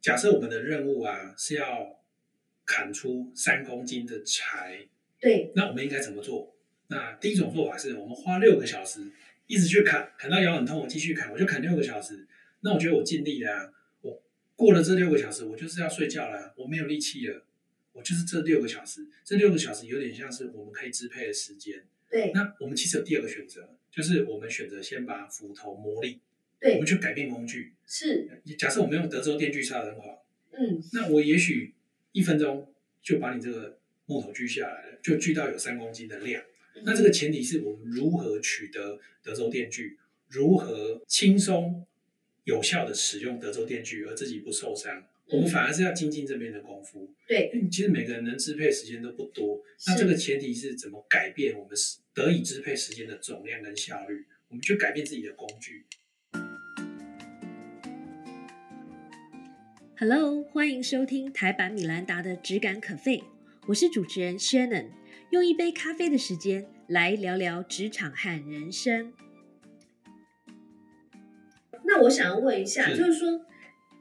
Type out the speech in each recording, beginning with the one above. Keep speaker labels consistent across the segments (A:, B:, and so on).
A: 假设我们的任务啊是要砍出三公斤的柴，
B: 对，
A: 那我们应该怎么做？那第一种做法是我们花六个小时一直去砍，砍到腰很痛，我继续砍，我就砍六个小时。那我觉得我尽力啦、我过了这六个小时，我就是要睡觉啦、啊我没有力气了，我就是这六个小时，这六个小时有点像是我们可以支配的时间。
B: 对，
A: 那我们其实有第二个选择，就是我们选择先把斧头磨砺，我
B: 对
A: 们，去改变工具。
B: 是，
A: 假设我们用德州电锯杀人狂，
B: 嗯，
A: 那我也许一分钟就把你这个木头锯下来了，就锯到有三公斤的量。
B: 嗯
A: 那这个前提是我们如何取得德州电锯，如何轻松有效的使用德州电锯，而自己不受伤。我们
B: 嗯
A: 反而是要精进这边的功夫，
B: 对，
A: 因为其实每个人能支配时间都不多。那
B: 是
A: 这个前提是怎么改变我们时得以支配时间的总量跟效率？我们去改变自己的工具。
C: Hello，欢迎收听台版米兰达的《只感可废》，我是主持人 Shannon，用一杯咖啡的时间来聊聊职场和人生。
B: 那我想要问一下，
A: 是
B: 就是说，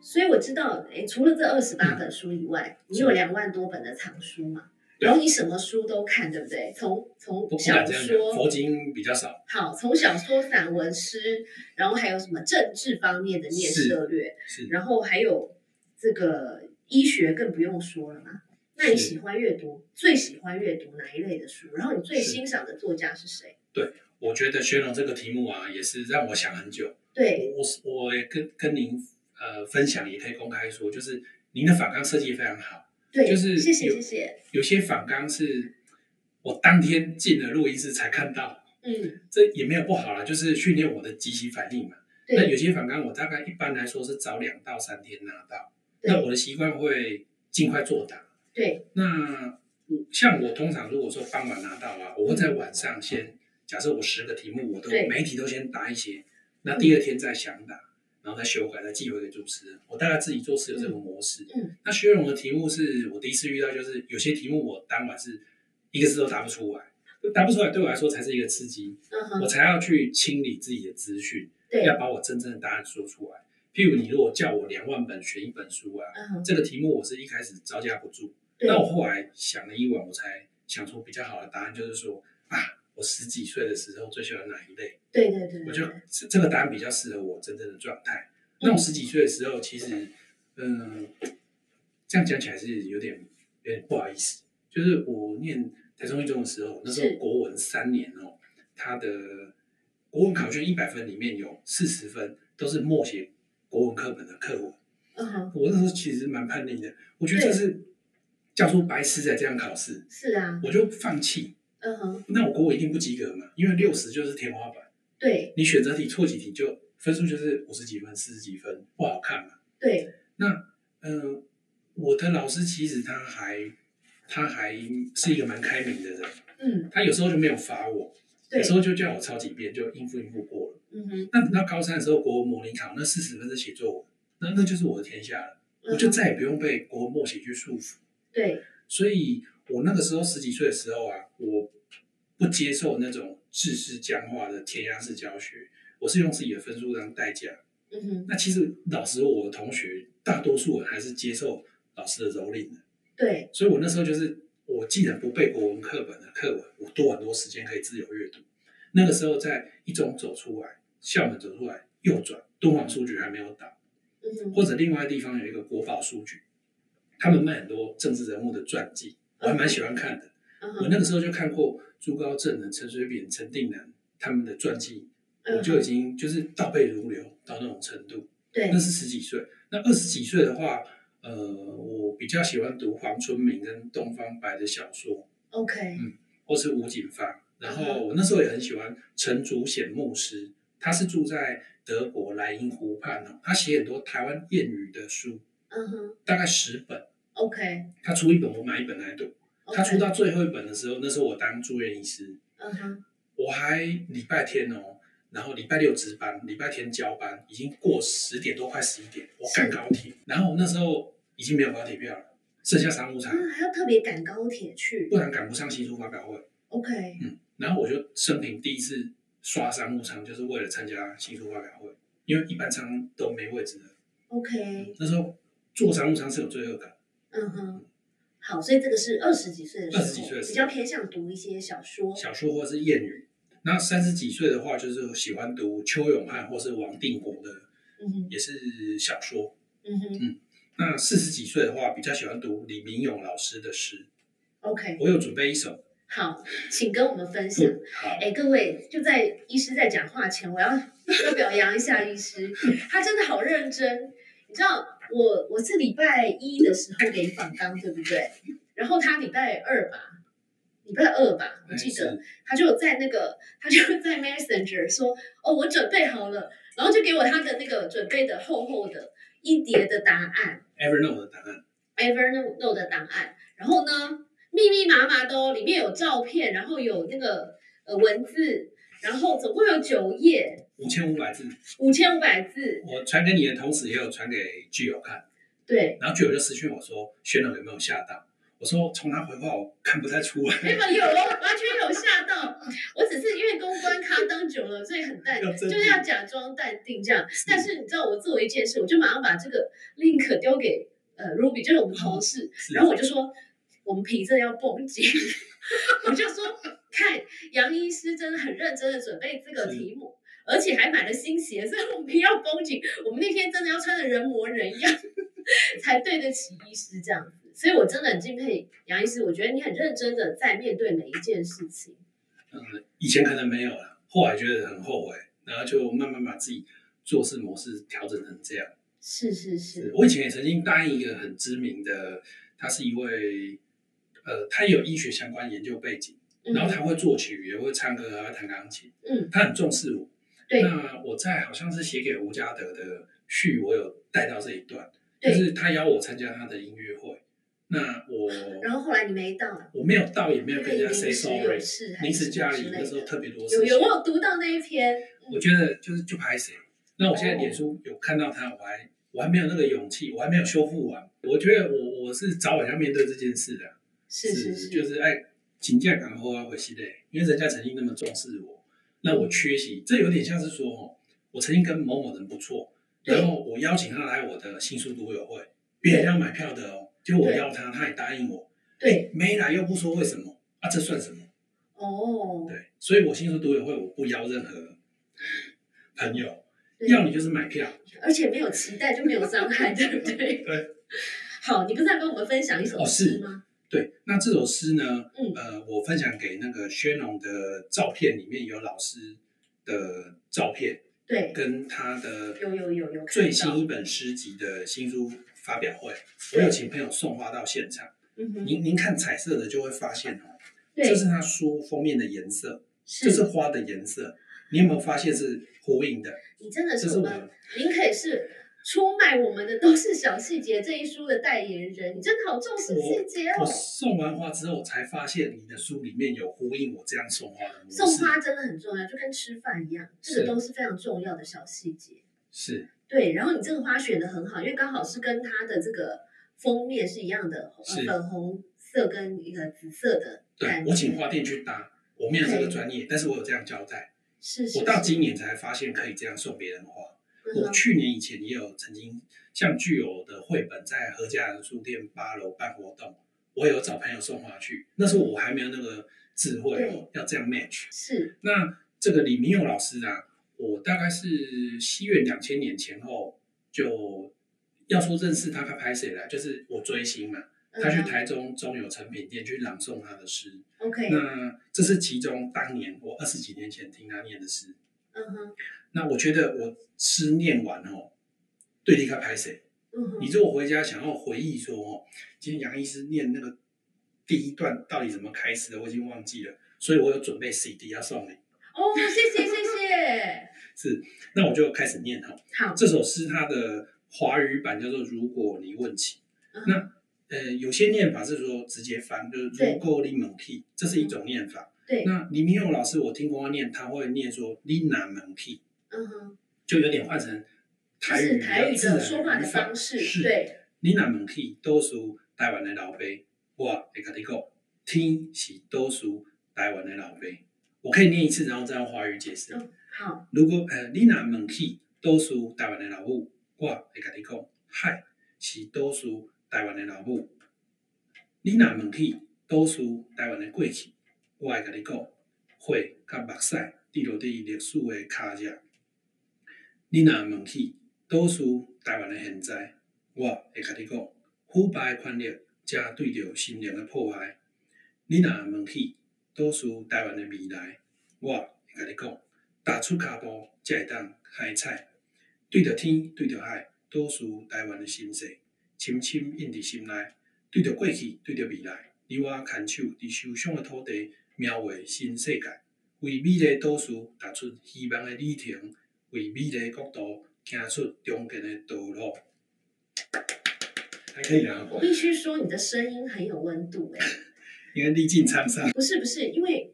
B: 所以我知道，诶，除了这二十八本书以外，你有两万多本的藏书嘛？
A: 对
B: 然后你什么书都看，对不对？从从
A: 不不
B: 小
A: 敢这样讲，佛
B: 说
A: 经比较少，
B: 好，从小说、散文、诗，然后还有什么政治方面的面
A: 是
B: 涉略，
A: 是
B: 然后还有这个医学更不用说了嘛。那你
A: 是
B: 喜欢阅读，最喜欢阅读哪一类的书？然后你最
A: 是
B: 欣赏的作家是谁？
A: 我觉得宣龙这个题目啊，也是让我想很久。
B: 对，
A: 我我我也跟跟您呃分享，也可以公开说，就是您的反纲设计非常好，
B: 对，
A: 就是
B: 谢谢
A: 有
B: 谢谢，
A: 有些反纲是我当天进了录音室才看到，
B: 嗯，
A: 这也没有不好啦，就是训练我的即席反应嘛。那有
B: 对
A: 些反纲我大概一般来说是早两到三天拿到，那
B: 对
A: 我的习惯会尽快作答。
B: 对，
A: 那我像我通常如果说傍晚拿到啊，我会在晚上先，假设我十个题目，我都
B: 嗯对嗯
A: 每一题都先答一些，那第二天再详答，然后再修改，再寄回给主持人。我大概自己做事有这个模式。
B: 嗯嗯
A: 那薛荣的题目是我第一次遇到，就是有些题目我当晚是一个字都答不出来，答不出来对我来说才是一个刺激，
B: 嗯哼
A: 我，才要去清理自己的资讯，
B: 对，
A: 要把我真正的答案说出来。譬如你如果叫我两万本选一本书啊，
B: 嗯哼，
A: 这个题目我是一开始招架不住。
B: 对
A: 那我后来想了一晚，我才想出比较好的答案，就是说啊，我十几岁的时候最喜欢哪一类？
B: 对对对，
A: 我
B: 对
A: 就
B: 对
A: 这这个答案比较适合我真正的状态。那
B: 嗯
A: 我十几岁的时候，其实嗯、这样讲起来是有点有点不好意思。就是我念台中一中的时候，那时候
B: 是
A: 国文三年哦，他的国文考卷一百分里面有四十分都是默写国文课本的课文。
B: 嗯哼，
A: 我那时候其实蛮叛逆的，我觉得这是教出白痴在这样考试，
B: 是啊，
A: 我就放弃。
B: 嗯哼，
A: 那我国文一定不及格嘛，因为六十就是天花板，
B: 对
A: 你选择题错几题就分数就是五十几分、四十几分，不好看嘛。
B: 对，
A: 那嗯、呃我的老师其实他还他还是一个蛮开明的人，
B: 嗯，
A: 他有时候就没有罚我，
B: 对
A: 有，时候就叫我抄几遍就应付应付过了。
B: 嗯哼，
A: 那等到高三的时候，国文模拟考那四十分是写作文，那那就是我的天下了。我就
B: 嗯哼
A: 再也不用被国文默写去束缚。
B: 对
A: 所以我那个时候十几岁的时候啊，我不接受那种制式僵化的填鸭式教学，我是用自己的分数当代价。
B: 嗯哼，
A: 那其实老实说，我的同学大多数人还是接受老师的蹂躏的。
B: 对
A: 所以我那时候就是，我既然不背国文课本的课文，我多很多时间可以自由阅读。那个时候在一中走出来，校门走出来，右转，敦煌书局还没有倒。
B: 嗯哼，
A: 或者另外地方有一个国宝书局，他们卖很多政治人物的传记，我还蛮喜欢看的。
B: 嗯
A: 我
B: 哼，
A: 那个时候就看过朱高正的、陈水扁、陈定南他们的传记，
B: 嗯
A: 我就已经就是倒背如流到那种程度。
B: 对
A: 那是十几岁，那二十几岁的话，呃，我比较喜欢读黄春明跟东方白的小说，
B: ，OK，
A: 或是吴景发。然后我那时候也很喜欢陈竹显牧师，他是住在德国莱茵湖畔哦，他写很多台湾谚语的书。
B: 嗯哼
A: 大概十本，
B: ，OK，
A: 他出一本我买一本来读。他出到最后一本的时候，那时候我当住院医师，
B: 嗯哼，
A: 我还礼拜天哦，然后礼拜六值班，礼拜天交班，已经过十点多快十一点，我赶高铁，然后那时候已经没有高铁票了，剩下商务舱，
B: 嗯，还要特别赶高铁去
A: 不然赶不上新书发表会。
B: ，OK，
A: 嗯，然后我就生平第一次刷商务舱，就是为了参加新书发表会，因为一般舱都没位置了。
B: OK，
A: 那时候做商务舱是有罪恶感，
B: 嗯哼，好，所以这个是二十几岁的时候，
A: 20几岁的时候
B: 比较偏向读一些小说，
A: 小说或是谚语。那三十几岁的话，就是喜欢读邱永汉或是王定国的，
B: 嗯哼，
A: 也是小说。
B: 嗯哼
A: 那四十几岁的话，比较喜欢读李明勇老师的诗。
B: ，OK，
A: 我有准备一首，啊
B: 好，请跟我们分享。
A: 不好，
B: 哎，各位，就在医师在讲话前，我要要表扬一下医师，他真的好认真。你知道，我我是礼拜一的时候给你访纲，对不对？然后他礼拜二吧，礼拜二吧，我记得
A: 哎是啊
B: 他就有在那个，他就在 Messenger 说，哦，我准备好了，然后就给我他的那个准备的厚厚的一叠的答案
A: Evernote 的答案。
B: ，Evernote 的档案，然后呢，密密麻麻的哦，里面有照片，然后有那个呃文字，然后总共有九页，
A: 五千五百字，
B: 五千五百字，
A: 我传给你的同时，也有传给剧友看，
B: 对，
A: 然后剧友就私讯我说：“轩龙有没有吓到？”我说：“从他回话我看不太出来，
B: 没有有哦，完全有吓到，我只是因为公关咖当久了，所以很淡
A: 要
B: 就
A: 镇定
B: 是要假装淡定这样。但是你知道，我做了一件事，我就马上把这个 link 丢给呃 Ruby，就是我们同事，
A: 是
B: 然后我就说我们凭证要绷紧， 我就说看杨医师真的很认真的准备这个题目。而且还买了新鞋，所以我们皮要绷紧。我们那天真的要穿的人模人样， 才对得起医师这样子。所以我真的很敬佩杨医师，我觉得你很认真的在面对每一件事情。
A: 嗯，以前可能没有了，后来觉得很后悔，然后就慢慢把自己做事模式调整成这样。
B: 是是是，
A: 我以前也曾经答应一个很知名的，他是一位，呃，他有医学相关研究背景，
B: 嗯
A: 然后他会作曲，也会唱歌，还会弹钢琴，
B: 嗯，
A: 他很重视我。
B: 对
A: 那我在好像是写给吴家德的序，我有带到这一段，就
B: 对
A: 是他邀我参加他的音乐会，那我
B: 然后后来你没到，啊
A: 我没有到，也没有
B: 因
A: 跟
B: 为
A: 人
B: 临
A: 家 say
B: 时有
A: sorry，
B: 事还
A: 临
B: 是
A: 时家
B: 什
A: 里
B: 么之类
A: 那时候
B: 的
A: 特别多事
B: 有
A: 情，
B: 有我有读到那一篇，
A: 我觉得就是就拍谁。那我现在
B: 哦
A: 脸书有看到他，我还我还没有那个勇气，我还没有修复完。我觉得我我是早晚要面对这件事的，
B: 是是，
A: 就是是哎，请假赶后啊回系列，因为人家曾经那么重视我，那我缺席，这有点像是说哦，我曾经跟某某人不错，
B: 对
A: 然后我邀请他来我的新书读友会，别人要买票的哦，结果我
B: 对
A: 邀他，他也答应我，
B: 对，
A: 没来又不说为什么啊，这算什么？
B: 哦，
A: 对，所以我新书读友会我不邀任何朋友。
B: 对
A: 要你就是买票，
B: 而且没有期待就没有伤害，对不对？
A: 对。
B: 好，你不是要跟我们分享一首
A: 哦是
B: 诗吗？
A: 对，那这首诗呢，
B: 嗯
A: 呃，我分享给那个薛农的照片里面有老师的照片，
B: 对，
A: 跟他的
B: 有有有有看到
A: 最新一本诗集的新书发表会，我有请朋友送花到现场。
B: 嗯哼，
A: 您您看彩色的就会发现哦，
B: 对
A: 这，是他书封面的颜色，这是
B: 是，
A: 花的颜色，你有没有发现是呼应的？
B: 你真的
A: 这
B: 是
A: 是
B: 我
A: 我
B: 们林肯是出卖我们的都是小细节这一书的代言人，你真的好重视细节哦
A: 我。送完花之后才发现你的书里面有呼应我这样送花的模式。
B: 送花真的很重要，就跟吃饭一样，这个
A: 是
B: 都是非常重要的小细节。
A: 是。
B: 对，然后你这个花选的很好，因为刚好是跟它的这个封面是一样的，呃
A: 是
B: 粉红色跟一个紫色的
A: 对
B: 感觉。
A: 我请花店去搭，我没有这个专业，但是我有这样交代。
B: 是是，
A: 我到
B: 是
A: 今年才发现可以这样送别人花。
B: 嗯
A: 我
B: 哼
A: 去年以前也有曾经像具有的绘本在何家人书店八楼办活动，我有找朋友送花去，那时候我还没有那个智慧哦，要这样 match。
B: 嗯是
A: 那这个李明佑老师啊，我大概是西元两千年前后就要说认识他，他拍谁来？就是我追星嘛，他去
B: 嗯哼
A: 台中中友成品店去朗诵他的诗。
B: OK，
A: 那这是其中当年我二十几年前听他念的诗。
B: 嗯哼，
A: 那我觉得我诗念完哦，对立开拍谁？
B: 嗯
A: 你
B: 哼，
A: 如果回家想要回忆说哦，今天杨医师念那个第一段到底怎么开始的，我已经忘记了，所以我有准备 CD 要送你。
B: 哦，谢谢谢谢，
A: 是，那我就开始念哈。
B: 好，
A: 这首诗它的华语版叫做《如果你问起》。
B: 嗯
A: 那呃，有些念法是说直接翻，就是
B: 对
A: 如果你猛 key，这是一种念法。
B: 对，
A: 那李明勇老师，我听过他念，他会念说“你南门屁
B: 嗯哼，”，
A: 就有点换成
B: 就
A: 台
B: 是
A: 语
B: 台语
A: 比较自
B: 的
A: 然
B: 说话的
A: 语法
B: 方式，
A: 是，
B: 对，
A: 你南门屁多数台湾的老爸，我会跟你讲，天是多数台湾的老爸。我可以念一次，然后再用华语解释。
B: 嗯好，
A: 如果呃，你若问起多数台湾的老母，我会甲你讲，嗨，是多数台湾的老母。你若问起多数台湾的过去，我会甲你讲，血甲目屎滴落伫历史的脚迹。你若问起多数台湾的现在，我会甲你讲，腐败的权力正对着心灵的破坏。你若问起多数台湾的未来，我会甲你讲，踏出脚步才会当开采，对着天，对着海，多数台湾的心事，深深印伫心内。对着过去，对着未来，你我牵手伫受伤的土地，描绘新世界，为美丽都市踏出希望的旅程，为美丽国度行出中间的道路。还可以啊啦，
B: 我必须说，你的声音很有温度哎、
A: 因为历尽沧桑，
B: 不是不是，因为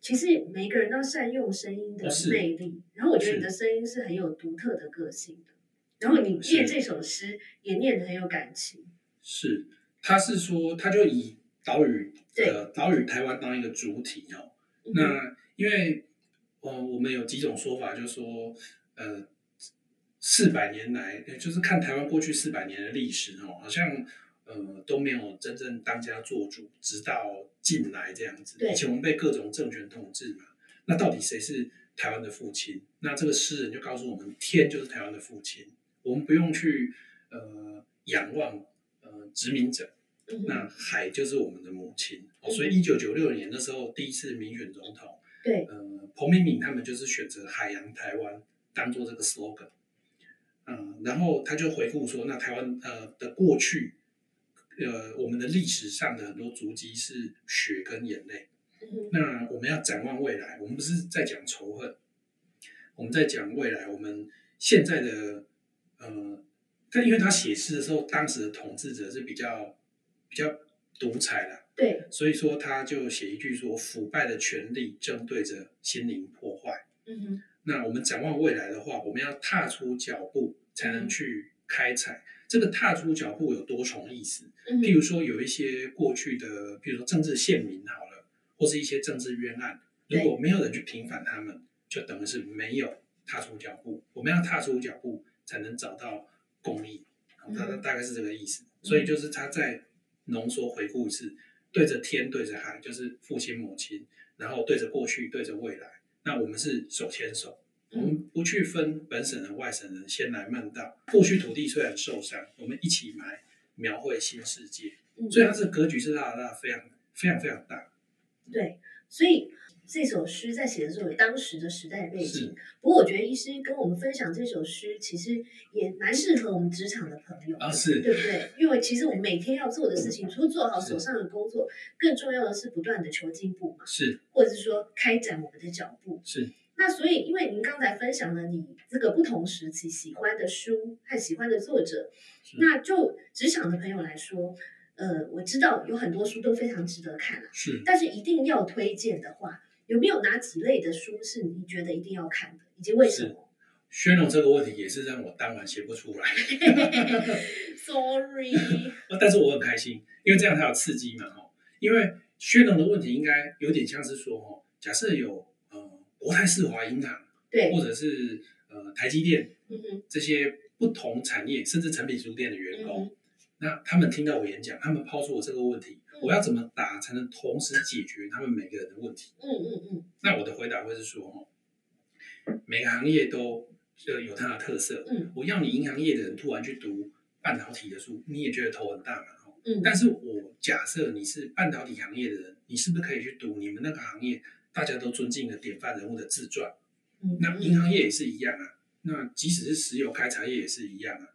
B: 其实每个人都要善用声音的
A: 哦是
B: 魅力。然后我觉
A: 是
B: 得你的声音是很有独特的个性的。然后你
A: 是
B: 念这首诗也念得很有感情，
A: 是，他是说，他就以岛屿，
B: 对
A: 呃，岛屿台湾当一个主体哦，
B: 嗯
A: 那因为呃，我们有几种说法，就是说呃，四百年来，呃就是看台湾过去四百年的历史哦，好像呃都没有真正当家做主，直到近来这样子。
B: 对
A: 以前我们被各种政权统治嘛，那到底谁是台湾的父亲？那这个诗人就告诉我们，天就是台湾的父亲，我们不用去呃仰望呃殖民者。
B: 嗯
A: 那海就是我们的母亲，哦、所以
B: 嗯
A: 一九九六年那时候第一次民选总统，
B: 对
A: 呃，彭明敏他们就是选择海洋台湾当做这个 slogan，嗯、然后他就回顾说，那台湾呃的过去，呃，我们的历史上的很多足迹是血跟眼泪，
B: 嗯
A: 那我们要展望未来，我们不是在讲仇恨，我们在讲未来，我们现在的呃，但因为他写诗的时候，当时的统治者是比较比较独裁啦，
B: 对，
A: 所以说他就写一句说：“腐败的权力正对着心灵破坏。
B: 嗯哼”
A: 那我们展望未来的话，我们要踏出脚步才能去开采。这个踏出脚步有多重意思？
B: 嗯
A: 譬
B: 哼
A: 如说有一些过去的，譬如说政治县民好了，或是一些政治冤案，如果没有人去平反他们，就等于是没有踏出脚步。我们要踏出脚步，才能找到公义。好大大
B: 嗯
A: 大概是这个意思。所以就是他在浓缩回顾一次，对着天，对着海，就是父亲母亲，然后对着过去，对着未来。那我们是手牵手，我
B: 嗯
A: 们不去分本省人、外省人，先来慢道。过去土地虽然受伤，我们一起埋，描绘新世界。
B: 嗯
A: 所以它是格局是大大大非常非常非常大。
B: 对，所以这首诗在写的时候有当时的时代背景
A: 是。
B: 不过我觉得医师跟我们分享这首诗，其实也蛮适合我们职场的朋友。
A: 啊，是
B: 对不对？因为其实我们每天要做的事情，除了做好
A: 是
B: 手上的工作，更重要的是不断的求进步嘛，
A: 是
B: 或者是说开展我们的脚步。
A: 是
B: 那所以，因为您刚才分享了你这个不同时期喜欢的书和喜欢的作者，
A: 是
B: 那就职场的朋友来说，呃，我知道有很多书都非常值得看啊，
A: 是，
B: 但是一定要推荐的话，有没有哪几类的书是你觉得一定要看的，以及为什么
A: 宣龙这个问题也是让我当晚写不出来，
B: ？Sorry，
A: 但是我很开心，因为这样才有刺激嘛，哦。因为宣龙的问题应该有点像是说，哦，假设有呃国泰世华银行
B: 对，
A: 或者是呃台积电
B: 嗯哼，
A: 这些不同产业甚至成品书店的员
B: 嗯
A: 工。
B: 哼，
A: 那他们听到我演讲，他们抛出我这个问题
B: 嗯，
A: 我要怎么答才能同时解决他们每个人的问题？
B: 嗯嗯嗯
A: 那我的回答会是说，哦，每个行业都呃有它的特色。
B: 嗯
A: 我要你银行业的人突然去读半导体的书，你也觉得头很大嘛？哦，
B: 嗯，
A: 但是我假设你是半导体行业的人，你是不是可以去读你们那个行业大家都尊敬的典范人物的自传？
B: 嗯
A: 那银行业也是一样啊，那即使是石油开采业也是一样啊。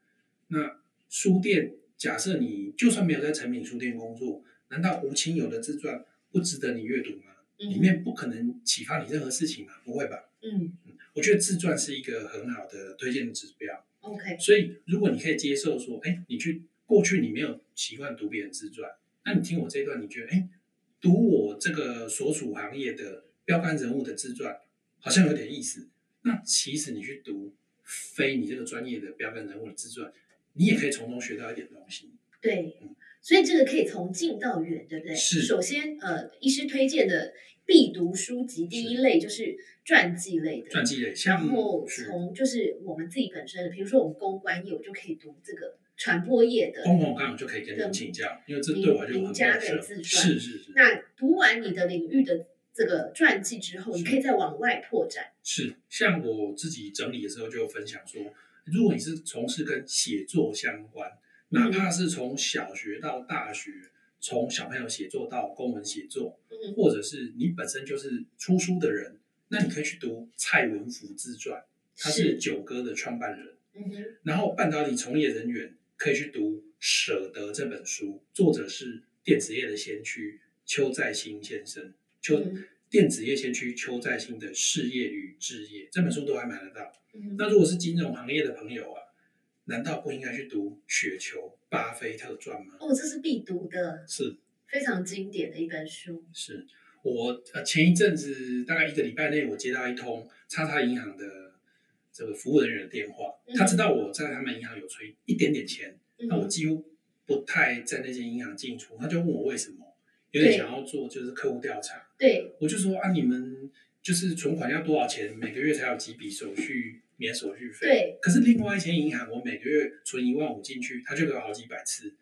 A: 那书店，假设你就算没有在成品书店工作，难道吴清友的自传不值得你阅读吗？里面不可能启发你任何事情吗？不会吧？
B: 嗯
A: 我觉得自传是一个很好的推荐指标。
B: ，OK，
A: 所以，如果你可以接受说，哎，你去过去你没有习惯读别人自传，那你听我这一段，你觉得，哎，读我这个所属行业的标杆人物的自传，好像有点意思。那其实你去读非你这个专业的标杆人物的自传，你也可以从中学到一点东西。
B: 对
A: 嗯，
B: 所以这个可以从近到远，对不对？
A: 是
B: 首先，呃，医师推荐的必读书籍第一类就是传记类的，
A: 传记类，像嗯
B: 然后
A: 是
B: 从就是我们自己本身的，比如说我们公关业，我就可以读这个传播业的
A: 通膨刚好就可以跟您请教，因为这对我就很
B: 名
A: 陌
B: 家的
A: 生。
B: 自传
A: 是是是
B: 那读完你的领域的这个传记之后，你可以再往外拓展。
A: 是，像我自己整理的时候就有分享说，如果你是从事跟写作相关，哪怕是从小学到大学，从小朋友写作到公文写作，
B: 嗯
A: 或者是你本身就是出书的人，那你可以去读蔡文福自传，他是
B: 是
A: 九歌的创办人。
B: 嗯哼，
A: 然后半导体从业人员可以去读《舍得》这本书，作者是电子业的先驱邱在兴先生。邱、
B: 嗯
A: 电子业先驱邱在兴的《事业与置业》这本书都还买得到。
B: 嗯哼，
A: 那如果是金融行业的朋友啊，难道不应该去读雪球巴菲特传吗？
B: 哦，这是必读的，
A: 是
B: 非常经典的一本书。
A: 是我呃前一阵子大概一个礼拜内，我接到一通叉叉银行的这个服务人员的电话，
B: 嗯
A: 他知道我在他们银行有存一点点钱，
B: 嗯
A: 那我几乎不太在那些银行进出，他就问我为什么，有点
B: 对
A: 想要做就是客户调查，
B: 对，
A: 我就说啊你们就是存款要多少钱，每个月才有几笔手续免手续费，
B: 对，
A: 可是另外一间银行我每个月存一万五进去，他就给我好几百次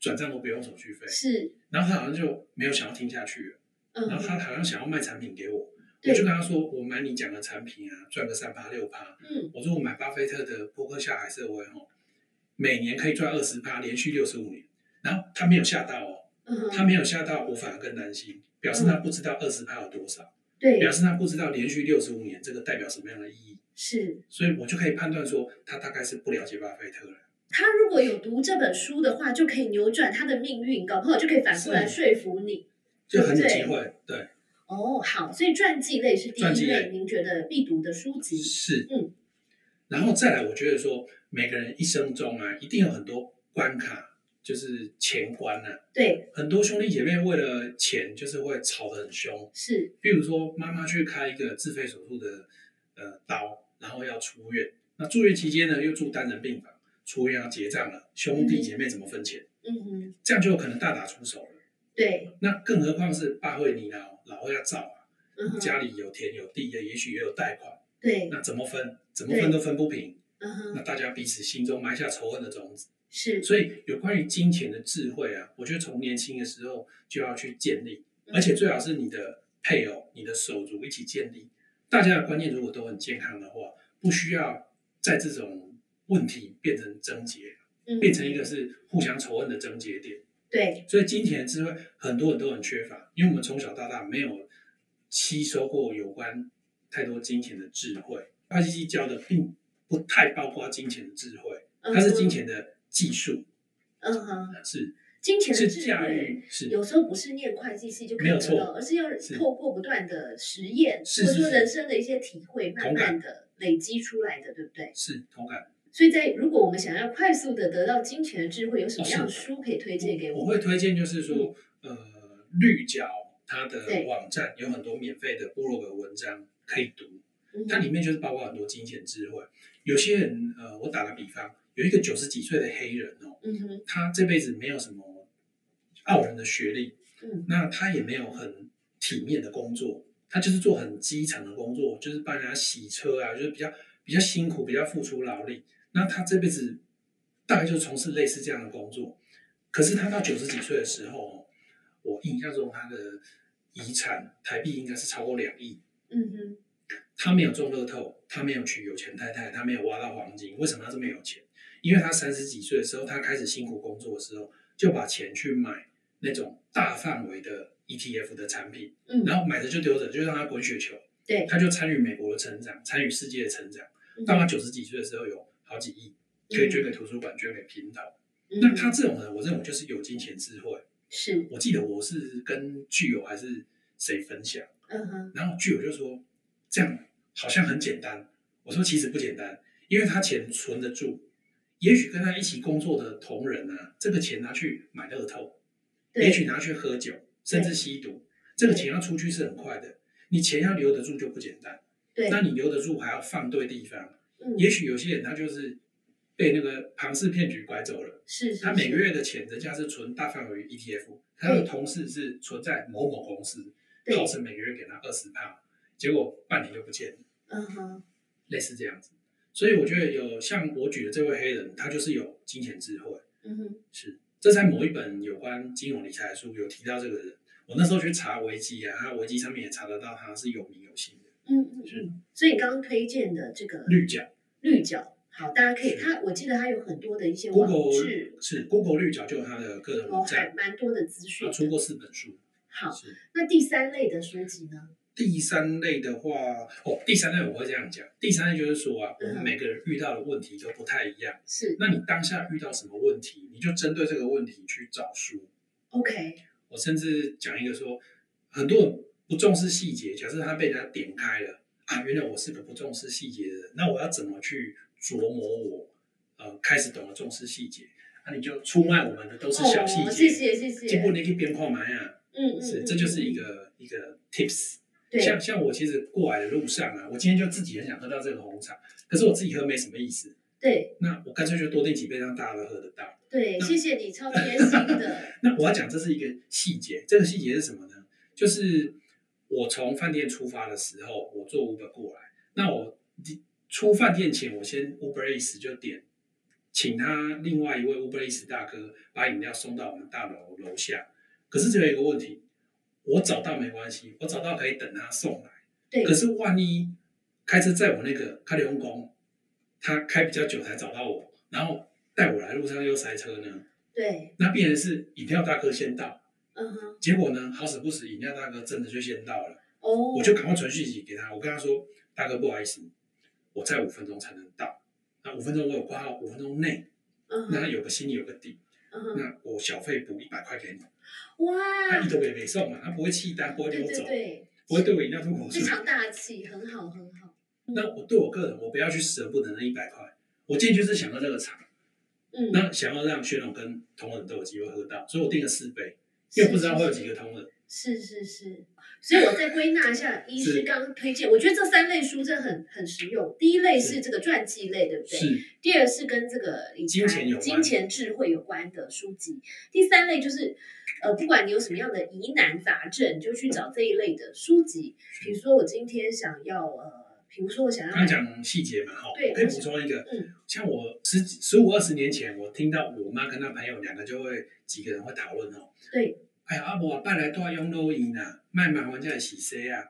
A: 转账都不用手续费，
B: 是，
A: 然后他好像就没有想要听下去了。
B: 嗯
A: 然后他
B: 哼，
A: 好像想要卖产品给我，我
B: 对
A: 就跟他说，我买你讲的产品啊，赚个三趴六趴。
B: 嗯，
A: 我说我买巴菲特的波克夏海瑟威哦，每年可以赚二十趴，连续六十五年。然后他没有吓到哦，
B: 嗯哼，
A: 他没有吓到，我反而更担心，表示他不知道二十趴有多少，
B: 对，
A: 表示他不知道连续六十五年这个代表什么样的意义，
B: 是
A: 所以我就可以判断说，他大概是不了解巴菲特了。
B: 他如果有读这本书的话，就可以扭转他的命运，搞不好就可以反过来
A: 是
B: 说服你。
A: 就很有
B: 对
A: 机会，对，
B: 哦，好，所以传记类是第
A: 传记
B: 一
A: 类
B: 类您觉得必读的书籍。
A: 是，
B: 嗯，
A: 然后再来，我觉得说，每个人一生中啊，一定有很多关卡，就是钱关呐、啊，
B: 对，
A: 很多兄弟姐妹为了钱就是会吵得很凶。
B: 是，
A: 比如说，妈妈去开一个自费手术的呃刀，然后要出院，那住院期间呢又住单人病房，出院要结账了，兄弟姐妹怎么分钱？
B: 嗯哼，
A: 这样就有可能大打出手了。
B: 对，
A: 那更何况是爸会你老，老会要照啊，
B: 嗯哼，
A: 家里有田有地的，也许也有贷款，
B: 对，
A: 那怎么分？怎么分都分不平。
B: 嗯
A: 那
B: 哼，
A: 大家彼此心中埋下仇恨的种子。
B: 是，
A: 所以有关于金钱的智慧啊，我觉得从年轻的时候就要去建立，
B: 嗯
A: 而且最好是你的配偶、你的手足一起建立。大家的观念如果都很健康的话，不需要在这种问题变成症结，
B: 嗯
A: 变成一个是互相仇恨的症结点。
B: 对，
A: 所以金钱的智慧很多人都很缺乏，因为我们从小到大没有吸收过有关太多金钱的智慧。会计系教的并不太包括金钱的智慧，它是金钱的技术，
B: 嗯哼，嗯哼，
A: 是
B: 金钱
A: 是
B: 的智
A: 驾
B: 慧。
A: 驭，是
B: 有时候不是念会计系就可以
A: 没有错
B: 得到，而是要
A: 是
B: 透过不断的实验，
A: 是
B: 或者
A: 是
B: 说
A: 是
B: 人生的一些体会，慢
A: 同感
B: 慢的累积出来的，对不对？
A: 是同感。
B: 所以在如果我们想要快速的得到金钱的智慧，有什么样的书可以推荐给
A: 我
B: 们？嗯
A: 会推荐就是说，呃，绿角它的
B: 对
A: 网站有很多免费的部落格文章可以读，
B: 嗯
A: 它里面就是包括很多金钱智慧。有些人，呃，我打个比方，有一个九十几岁的黑人哦，
B: 嗯哼，
A: 他这辈子没有什么傲人的学历，
B: 嗯
A: 那他也没有很体面的工作，他就是做很基层的工作，就是帮人家洗车啊，就是比较比较辛苦，比较付出劳力。那他这辈子大概就从事类似这样的工作，可是他到九十几岁的时候，我印象中他的遗产台币应该是超过两亿。
B: 嗯哼，
A: 他没有中乐透，他没有娶有钱太太，他没有挖到黄金，为什么他这么有钱？因为他三十几岁的时候，他开始辛苦工作的时候，就把钱去买那种大范围的 ETF 的产品，
B: 嗯，
A: 然后买着就丢着，就让它滚雪球，
B: 对，
A: 他就参与美国的成长，参与世界的成长。
B: 嗯
A: 到他九十几岁的时候，有好几亿可以捐给图书馆，捐给平头。
B: 嗯
A: 那他这种人，我认为就是有金钱智慧。
B: 是，
A: 我记得我是跟巨友还是谁分享。
B: 嗯哼，
A: 然后巨友就说这样好像很简单，我说其实不简单，因为他钱存得住，也许跟他一起工作的同仁啊，这个钱拿去买乐透，
B: 对
A: 也许拿去喝酒，甚至吸毒，这个钱要出去是很快的，你钱要留得住就不简单，
B: 对，
A: 那你留得住还要放对地方，
B: 嗯
A: 也许有些人他就是被那个庞氏骗局拐走了。
B: 是是，
A: 他每个
B: 是
A: 月的钱，人家是存大范围 ETF，他的同事是存在某某公司，
B: 对
A: 号称每个月给他二十趴，结果半年就不见了，
B: 嗯哼，
A: 类似这样子。所以我觉得有像我举的这位黑人，他就是有金钱智慧，
B: 嗯哼，
A: 是这在某一本有关金融理财的书有提到这个人。我那时候去查维基啊，他维基上面也查得到他是有名有姓的，
B: 嗯嗯
A: 是
B: 嗯。所以你刚刚推荐的这个
A: 绿角
B: 绿角，好，大家可
A: 是
B: 以，它我记得它有很多的一些网
A: Google
B: 志，
A: 是 Google 绿角就有他的个人
B: 哦，
A: 网
B: 还
A: 站，
B: 蛮多的资
A: 他
B: 讯的。
A: 出过四本书。
B: 好，
A: 是
B: 那第三类的书籍呢？
A: 第三类的话，哦，第三类我会这样讲，第三类就是说啊，我
B: 嗯
A: 们每个人遇到的问题都不太一样，
B: 是
A: 那你当下遇到什么问题，你就针对这个问题去找书。
B: OK，
A: 我甚至讲一个说，很多人不重视细节，假设他被人家点开了啊，原来我是个不重视细节的人，那我要怎么去琢磨我？呃，开始懂得重视细节，那、你就出卖我们的都是小细节，
B: 哦，谢谢谢谢，
A: 结果你可以边看买啊，
B: 嗯嗯，
A: 是，
B: 嗯
A: 这就是一
B: 嗯
A: 个一个 tips。
B: 对，
A: 像像我其实过来的路上啊，我今天就自己很想喝到这个红茶，可是我自己喝没什么意思，
B: 对
A: 那我干脆就多订几杯让大家都喝得到。
B: 对，
A: 那
B: 谢谢你超贴心 的，
A: 那我要讲这是一个细节，这个细节是什么呢？就是我从饭店出发的时候，我坐 Uber 过来，那我出饭店前，我先 Uber Eats 就点，请他另外一位 Uber Eats 大哥把饮料送到我们大楼楼下。可是只有一个问题，我找到没关系，我找到可以等他送来。
B: 对，
A: 可是万一开车载我那个开流工，他开比较久才找到我，然后带我来路上又塞车呢？
B: 对，
A: 那必然是饮料大哥先到。
B: 嗯哼，
A: 结果呢，好死不死，饮料大哥真的就先到了，
B: 哦，
A: 我就赶快传讯息给他，我跟他说，大哥不好意思，我在五分钟才能到，那五分钟我有挂号，五分钟内，
B: 嗯
A: 那他
B: 哼，
A: 有个心里有个底，
B: 嗯哼，
A: 那我小费补一百块给你，
B: 哇
A: 他，一头也没送嘛，他不会弃单，不会
B: 对
A: 溜
B: 对
A: 走，
B: 对，
A: 不会对我饮料吐口
B: 非
A: 水。
B: 常大气，很好很好，
A: 那我对我个人，我不要去舍不得那一百块，我今天就是想要这个茶，
B: 嗯，
A: 那想要让薛龙跟同仁都有机会喝到，所以我订了四杯，因为不知道会有几个同仁。
B: 是是是，所以我再归纳一下，医师刚刚推荐，我觉得这三类书真的很很实用。第一类是
A: 是
B: 这个传记类，对不对？第二是跟这个理财、
A: 金钱有关
B: 金钱智慧有关的书籍。第三类就是，呃，不管你有什么样的疑难杂症，你就去找这一类的书籍。比如说，我今天想要，呃，比如说我想要
A: 刚刚讲细节嘛，哈，
B: 对
A: 我可以补充一个
B: 嗯，
A: 像我十几十五二十年前，我听到我妈跟她朋友两个就会几个人会讨论哦，
B: 对，
A: 哎呀，阿伯拜来多用肉银啊，卖买还价洗谁啊？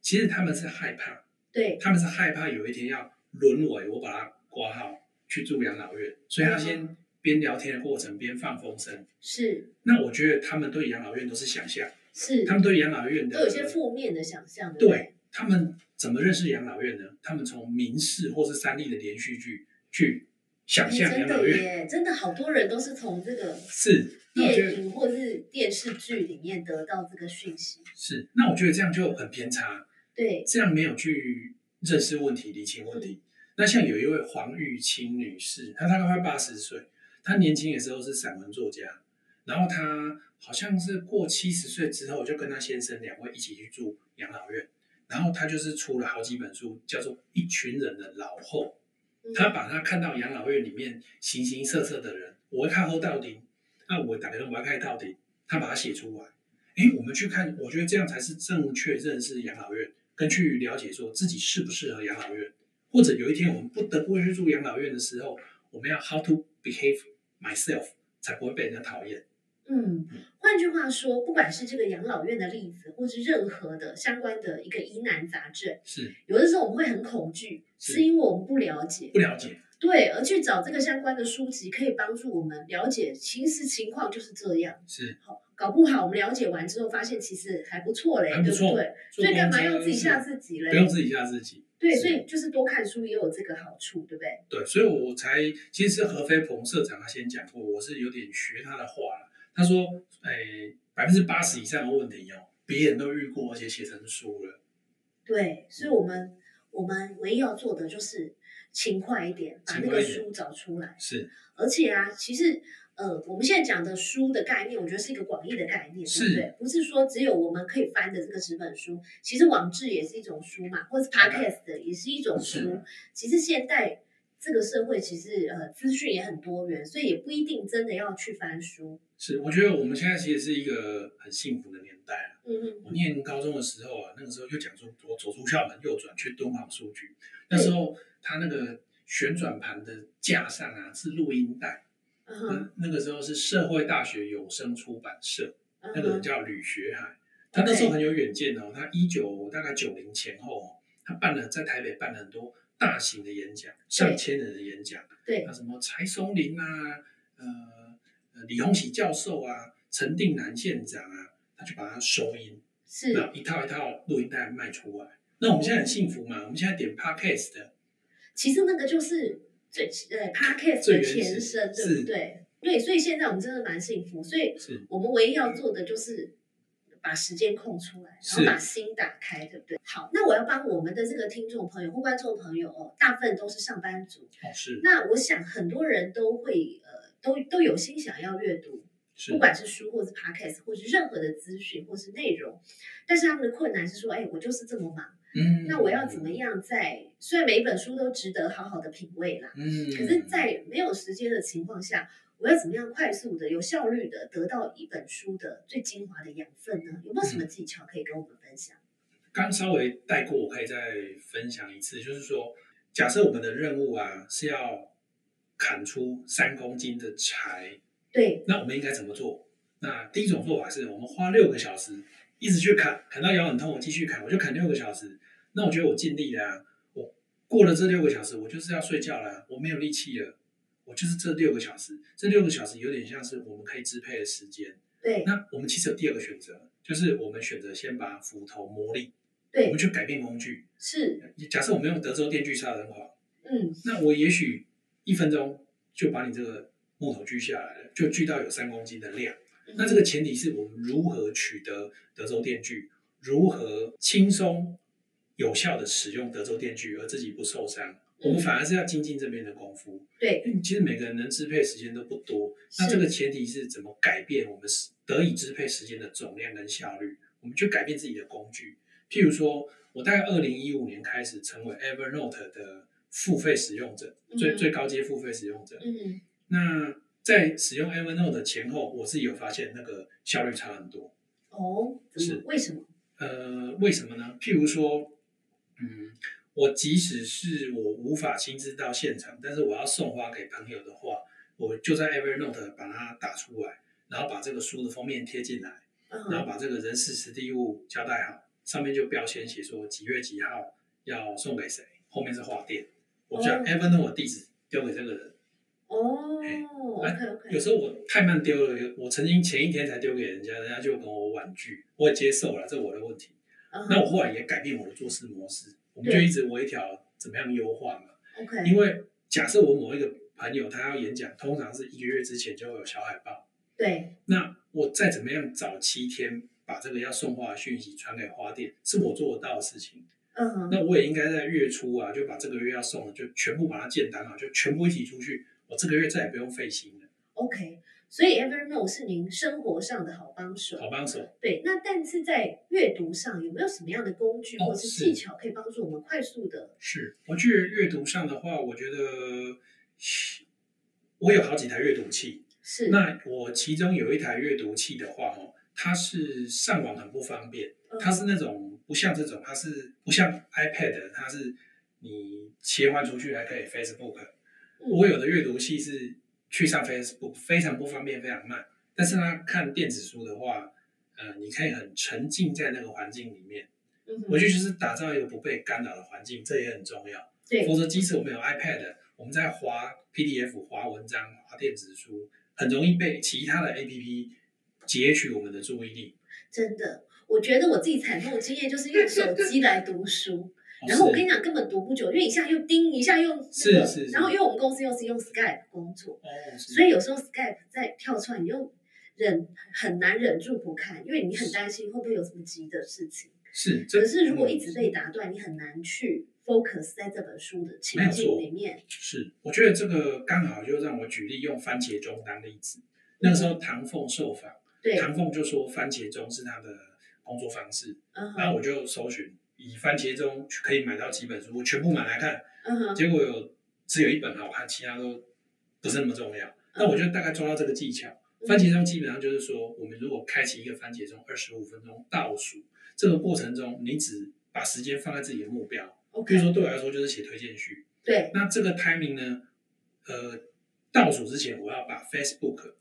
A: 其实他们是害怕，
B: 对
A: 他们是害怕有一天要沦为我把他挂号去住养老院，所以他先边聊天的过程边放风声。
B: 是
A: 那我觉得他们对养老院都是想象，
B: 是
A: 他们对养老院的
B: 都有一些负面的想象，对不
A: 对他们怎么认识养老院呢？他们从民视或是三立的连续剧去想
B: 哎
A: 象
B: 真
A: 养老
B: 的
A: 院，
B: 耶，真的好多人都是从这个
A: 是，那我觉
B: 电
A: 得
B: 影或是电视剧里面得到这个讯息。
A: 是，那我觉得这样就很偏差，
B: 对，
A: 这样没有去认识问题、理清问题。
B: 嗯
A: 那像有一位黄玉清女士，她大概快八十岁，她年轻的时候是散文作家，然后她好像是过七十岁之后，就跟她先生两位一起去住养老院，然后她就是出了好几本书，叫做《一群人的老后》。
B: 嗯
A: 他把他看到养老院里面形形色色的人，我会看后到底，那我打开我要看到底，他把它写出来。诶，我们去看，我觉得这样才是正确认识养老院，跟去了解说自己适不适合养老院，或者有一天我们不得不去住养老院的时候，我们要 how to behave myself，才不会被人家讨厌。
B: 嗯，换句话说，不管是这个养老院的例子，或是任何的相关的一个疑难杂症，
A: 是
B: 有的时候我们会很恐惧，
A: 是
B: 是因为我们不了解
A: 不，了解，
B: 对，而去找这个相关的书籍，可以帮助我们了解，其实情况就是这样。
A: 是
B: 好，搞不好我们了解完之后，发现其实还不错嘞，
A: 还不
B: 对不
A: 错
B: 对？所以干嘛要自己吓自己嘞
A: 不？用自己吓自己。
B: 对，
A: 是
B: 所以就是多看书也有这个好处，对不对？
A: 对，所以我才其实是何飞鹏社长他先讲过，我是有点学他的话了。他说，诶，百分之八十以上的问题哦，别人都遇过，而且写成书了。
B: 对，所以我们我们唯一要做的就是勤快一点，把那
A: 勤
B: 个
A: 快一点
B: 书找出来。
A: 是
B: 而且啊，其实呃，我们现在讲的书的概念，我觉得是一个广义的概念，对不
A: 是
B: 对？不是说只有我们可以翻的这个纸本书，其实网志也是一种书嘛，或是 podcast 的也是一种书
A: 是。
B: 其实现代这个社会，其实呃，资讯也很多元，所以也不一定真的要去翻书。
A: 是，我觉得我们现在其实是一个很幸福的年代啊。
B: 嗯
A: 我念高中的时候啊，那个时候就讲说，我走出校门右转去敦煌书局，那时候他那个。旋转盘的架上啊是录音带，
B: 嗯哼
A: 那那个时候是社会大学有声出版社，
B: 嗯
A: 那个人
B: 哼，
A: 叫吕学海，他那时候很有远见哦，他一九大概九零前后、哦，他办了在台北办了很多大型的演讲，上千人的演讲，啊
B: 对
A: 那什么柴松林啊，呃，呃李洪喜教授啊，陈定南县长啊，他就把它收音，
B: 是
A: 那一套一套录音带卖出来。那我们现在很幸福嘛，我们现在点 podcast 的
B: 其实那个就是最呃 podcast
A: 最
B: 的
A: 原始
B: 前身，对
A: 是
B: 不对？对，所以现在我们真的蛮幸福，所以
A: 是
B: 我们唯一要做的就是把时间空出来，然后
A: 是
B: 把心打开，对不对？好，那我要帮我们的这个听众朋友或观众朋友哦，大部分都是上班族，
A: 哦，是
B: 那我想很多人都会呃，都都有心想要阅读，
A: 是
B: 不管是书或是 podcast 或是任何的资讯或是内容，但是他们的困难是说，哎，我就是这么忙，
A: 嗯
B: 那我要怎么？样在？虽然每一本书都值得好好的品味啦。
A: 嗯，
B: 可是，在没有时间的情况下，我要怎么样快速的、有效率的得到一本书的最精华的养分呢？有没有
A: 嗯
B: 什么技巧可以跟我们分享？
A: 刚稍微带过，我可以再分享一次，就是说，假设我们的任务啊是要砍出三公斤的柴，
B: 对，
A: 那我们应该怎么做？那第一种做法是我们花六个小时一直去砍，砍到腰很痛，我继续砍，我就砍六个小时。那我觉得我尽力啦、我过了这六个小时，我就是要睡觉啦、啊我没有力气了，我就是这六个小时，这六个小时有点像是我们可以支配的时间。
B: 对，
A: 那我们其实有第二个选择，就是我们选择先把斧头磨砺，我
B: 对
A: 们，去改变工具。
B: 是，
A: 假设我们用德州电锯杀人狂，
B: 嗯，
A: 那我也许一分钟就把你这个木头锯下来了，就锯到有三公斤的量。那
B: 嗯
A: 这个前提是我们如何取得德州电锯，如何轻松有效的使用德州电锯，而自己不受伤。我们反而是要精进这边的功夫，
B: 对，
A: 因为其实每个人能支配的时间都不多。那
B: 是
A: 这个前提是怎么改变我们得以支配时间的总量跟效率？我们去改变自己的工具。譬如说，我大概二零一五年开始成为 Evernote 的付费使用者，最
B: 嗯
A: 最高阶付费使用者。
B: 嗯，
A: 那在使用 Evernote 的前后，我自己有发现那个效率差很多。
B: 哦，怎么
A: 是
B: 为什么？
A: 呃，为什么呢？譬如说，嗯，我即使是我无法亲自到现场，但是我要送花给朋友的话，我就在 Evernote 把它打出来，然后把这个书的封面贴进来，然后
B: 嗯，
A: 把这个人事实地物交代好，上面就标签写说几月几号要送给谁，后面是花店，我
B: 哦
A: 将 Evernote 的地址丢给这个人。
B: 哦
A: 哎
B: ，OK
A: 有
B: OK，
A: 时候我太慢丢了，有我曾经前一天才丢给人家，人家就跟我婉拒，我也接受了，这我的问题。那我后来也改变我的做事模式，我们就
B: 嗯对
A: 一直微调怎么样优化嘛。
B: OK，
A: 因为假设我某一个朋友他要演讲，通常是一个月之前就会有小海报，
B: 对，
A: 那我再怎么样早七天把这个要送花的讯息传给花店，是我做得到的事情。
B: 嗯，
A: 那我也应该在月初啊，就把这个月要送的就全部把它建档好，就全部一起出去，我这个月再也不用费心了，
B: OK，所以 Evernote 是您生活上的好帮手。
A: 好帮手。
B: 对，那但是在阅读上有没有什么样的工具
A: 哦
B: 或是
A: 是
B: 技巧可以帮助我们快速的？
A: 是，我觉得阅读上的话，我觉得 我有好几台阅读器。
B: 是，
A: 那我其中有一台阅读器的话，哦，它是上网很不方便，
B: 嗯
A: 它是那种不像这种，它是不像 iPad，它是你切换出去还可以 Facebook。我有的阅读器是去上 Facebook，非常不方便，非常慢。但是它看电子书的话，呃，你可以很沉浸在那个环境里面。
B: 嗯
A: 我觉得就是打造一个不被干扰的环境，这也很重要。
B: 对
A: 否则即使我们有 iPad，我们在滑 PDF、滑文章、滑电子书，很容易被其他的 APP 截取我们的注意力。
B: 真的，我觉得我自己惨痛的经验就是用手机来读书，
A: 哦
B: 然后我
A: 是
B: 跟你讲根本读不久，因为一下又盯，一下又、那个、
A: 是是
B: 然后因为我们公司又是用 Skype 工作，
A: 哦，是
B: 所以有时候 Skype 在跳出来，你又忍很难忍住不看，因为你很担心会不会有什么急的事情。
A: 是，这
B: 可是如果
A: 嗯
B: 一直被打断，你很难去 focus 在这本书的
A: 没
B: 情
A: 有
B: 境
A: 错
B: 里面。
A: 是，我觉得这个刚好就让我举例用番茄钟当例子。那个时候唐凤受访，
B: 对，
A: 唐凤就说番茄钟是他的工作方式，
B: 嗯
A: 然后
B: 哼，
A: 我就搜寻以番茄钟可以买到几本书，我全部买来看。
B: 嗯哼，
A: 结果有只有一本啊好看，其他都不是那么重要。那我就大概抓到这个技巧。番茄钟基本上就是说，我们如果开启一个番茄钟二十五分钟倒数，这个过程中你只把时间放在自己的目标。比
B: 嗯 OK，
A: 如说对我来说就是写推荐序，
B: 对，
A: 那这个 timing 呢，呃，倒数之前我要把 Facebook，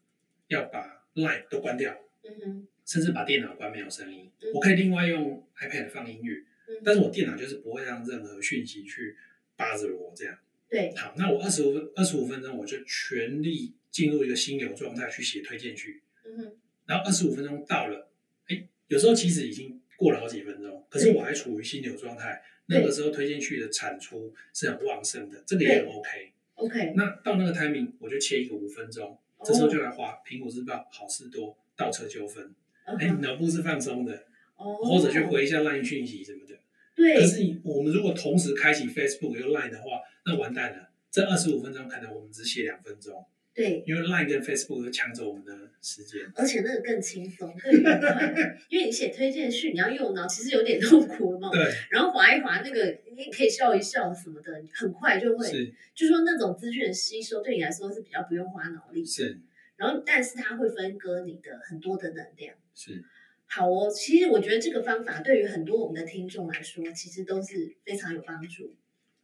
A: 要把 Line 都关掉，
B: 嗯哼，
A: 甚至把电脑关没有声音
B: 嗯。
A: 我可以另外用 iPad 放音乐，
B: 嗯
A: 但是我电脑就是不会让任何讯息去扒着我这样。
B: 对，
A: 好，那我二十五分二十五分钟，我就全力进入一个心流状态去写推荐序。
B: 嗯哼，
A: 然后二十五分钟到了，哎，有时候其实已经过了好几分钟，可是
B: 对
A: 我还处于心流状态。
B: 对
A: 那个时候推荐序的产出是很旺盛的，这个也很
B: 对
A: OK。
B: ，OK，
A: 那到那个 timing，我就切一个五分钟，这时候就来划《苹果日报》好事多倒车纠纷。
B: 哦
A: 哎，脑部是放松的，
B: 哦，
A: 或者去回一下 LINE 讯息什么的。
B: 对
A: 可，是你我们如果同时开启 Facebook 又 Line 的话，那完蛋了。这二十五分钟可能我们只写两分钟，
B: 对，
A: 因为 Line 跟 Facebook 都抢走我们的时间。
B: 而且那个更轻松、更愉快，因为你写推荐序，你要用脑，其实有点痛苦嘛。
A: 对，
B: 然后划一划那个，你可以笑一笑什么的，很快就会，
A: 是
B: 就说那种资讯的吸收对你来说是比较不用花脑力。
A: 是
B: 然后，但是它会分割你的很多的能量。
A: 是，
B: 好哦，其实我觉得这个方法对于很多我们的听众来说，其实都是非常有帮助，